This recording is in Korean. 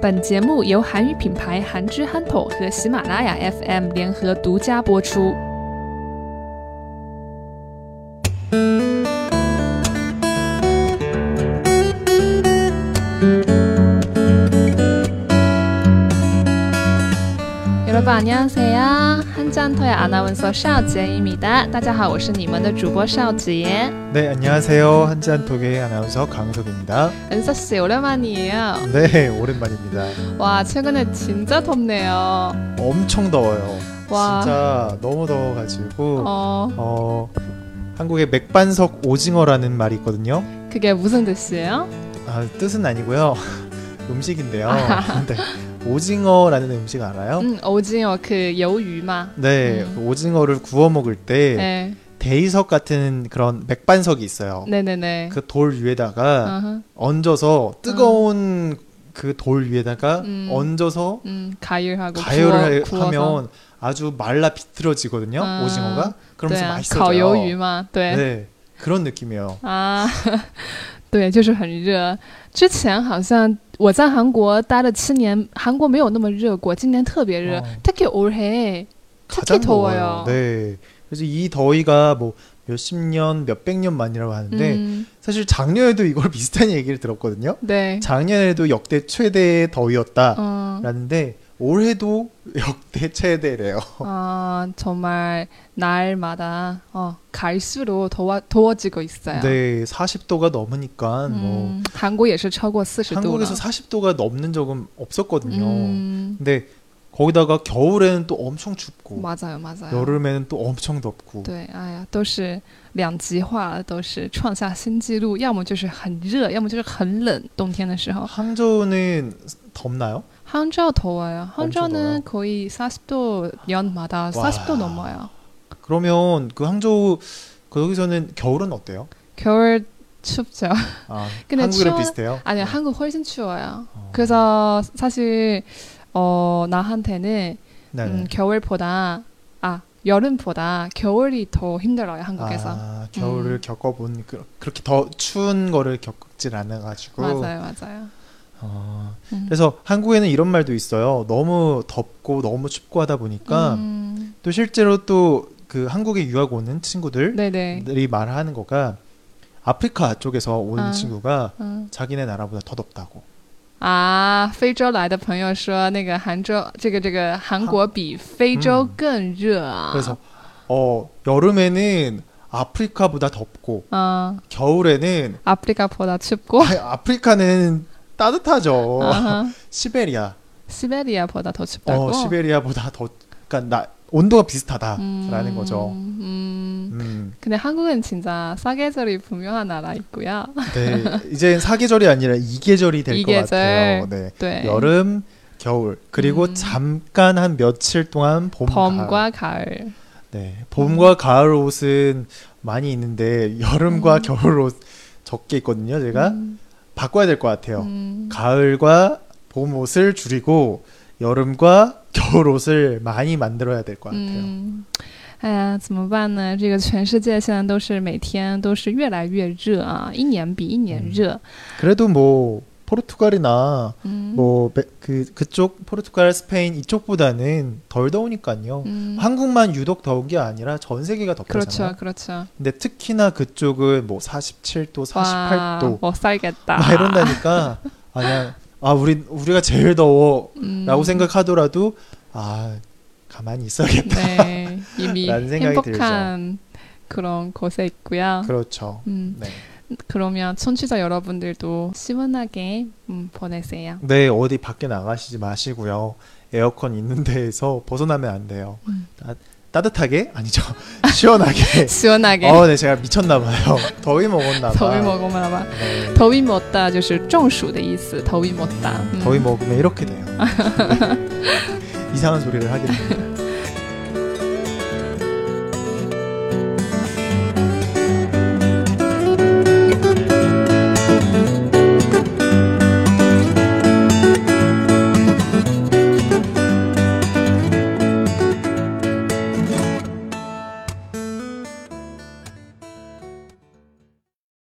本节目由韩语品牌韩之 Hanpo 和喜马拉雅 FM 联合独家播出。여러분안녕하세요한잔토의아나운서邵杰입니다大家好，我是你们的主播邵杰。 네, 안녕하세요. 한지한톡의 아나운서 강석입니다. 은서 씨 오랜만이에요. 네, 오랜만입니다. 와 최근에 진짜 덥네요. 엄청 더워요. 와. 진짜 너무 더워가지고 어. 어 한국에 맥반석 오징어라는 말이 있거든요. 그게 무슨 뜻이에요? 아, 뜻은 아니고요. 음식인데요. 네, 오징어라는 음식 알아요? 음 오징어 그 여우유마. 네, 음. 그 오징어를 구워 먹을 때 네. 대이석 같은 그런 맥반석이 있어요. 네네네. 어, 그 돌 위에다가 아하. 얹어서 뜨거운 그 돌 위에다가 어. 음. 얹어서 음 가열하고 가열을 구워, 구워서. 하면 아주 말라 비틀어지거든요 아, 네, 오징어가 그러면서 对啊 맛있어져요. 烤鱿鱼嘛， 네. 对 그런 느낌이에요. 啊，对，就是很热。之前好像我在韩国待了七年，韩国没有那么热过，今年特别热哦。特别올해 특히 어. 가장 더워요. 더워요. 네, 그래서 이 더위가 뭐 몇십 년, 몇백 년 만이라고 하는데 음, 사실 작년에도 이걸 비슷한 얘기를 들었거든요. 네. 작년에도 역대 최대의 더위였다라는데 음, 올해도 역대 최대래요. 아 정말 날마다 어, 갈수록 더워 더워지고 있어요. 네, 40도가 넘으니까 뭐 음, 한국 也是超过四十度了。 한국에서 40도가 넘는 적은 없었거든요. 음, 근데 거기다가 겨울에는 또 엄청 춥고 맞아요, 맞아요. 네. 여름에는 또 엄청 덥고 对，哎呀，都是两极化了，都是创下新纪录，要么就是很热，要么就是很冷。冬天的时候， 항저우는 덥나요? 항저우더워요항저우는 엄청 더워요. 거의 40도 연마다 40도 넘어요. 그러면 그 항저우 그 거기서는 겨울은 어때요? 겨울 춥죠. 아, 근데 한국이랑 추워- 비슷해요? 네。 아니 한국 훨씬 추워요. 어. 그래서 사실 어 나한테는 네. 음, 겨울보다 아 여름보다 겨울이 더 힘들어요 한국에서. 아, 겨울을 음. 겪어본 그, 그렇게 더 추운 거를 겪질 않아 가지고 맞아요, 맞아요. 어, 음. 그래서 한국에는 이런 말도 있어요. 너무 덥고 너무 춥고 하다 보니까 음, 또 실제로 또 그 한국에 유학 오는 친구들이 네네. 말하는 거가 아프리카 쪽에서 온 아. 친구가 음. 자기네 나라보다 더 덥다고. 啊，非洲来的朋友说，那个韩洲，这个这个韩国比非洲更热啊。 아, 음. 그래서 어 여름에는 아프리카보다 덥고 嗯， 겨울에는 阿프리카보다 어, 춥고， 아, 프리카는 따뜻하죠. 啊哈， 시베리아. 시베리아보다더춥다고 어 시베리아보다 더 그러니까 나 온도가 비슷하다라는 거죠. 음, 음. 근데한국은진짜사계절이분명한나라있고 요 네. 이제 사계절이 아니라 이계절이 될 것 이계절. 같아요. 네. 对， 여름, 겨울. 그리고 음. 잠깐 한 며칠 동안 봄, 가을. 봄과 가을. 네, 봄과 가을 옷은 많이 있는데 여름과 음. 겨울 옷 적게 있거든요. 제가 음, 바꿔야 될 것 같아요. 음, 가을과 봄 옷을 줄이고 여름과 겨울 옷을 많이 만들어야 될 것 같아요. 嗯哎呀，怎么办呢？这个全世界现在都是每天都是越来越热啊，一年比一年嗯热。 그래도 뭐 포르투갈이나 嗯， 뭐 그 그쪽 포르투갈, 스페인 이쪽보다는 덜 더우니까요. 嗯， 한국만 유독 더운 게 아니라 전 세계가 덥잖아요. 음. 그렇죠, 그렇죠. 근데 특히나 그쪽은 뭐 47도, 48도 와, 못 살겠다. 막 이런다니까 아, 그냥 아 우리 우리가 제일 더워라고 음, 생각하더라도 아 가만히 있어야겠다. 네, 이미 라는 생각이 행복한 그런 곳에 있고요. 그렇죠. 음, 네. 그러면 청취자 여러분들도 시원하게 음, 보내세요. 네 어디 밖에 나가시지 마시고요. 에어컨 있는 데에서 벗어나면 안 돼요. 음. 따, 따뜻하게 아니죠 시원하게. 시원하게 어, 네 제가 미쳤나 봐요. 더위 먹었나 봐. 더위 먹으면 봐. 네. 더위 못다 就是中暑的意思. 더위 못다. 음. 더위 먹으면 이렇게 돼요. 이상한 소리를 하게 됩니다.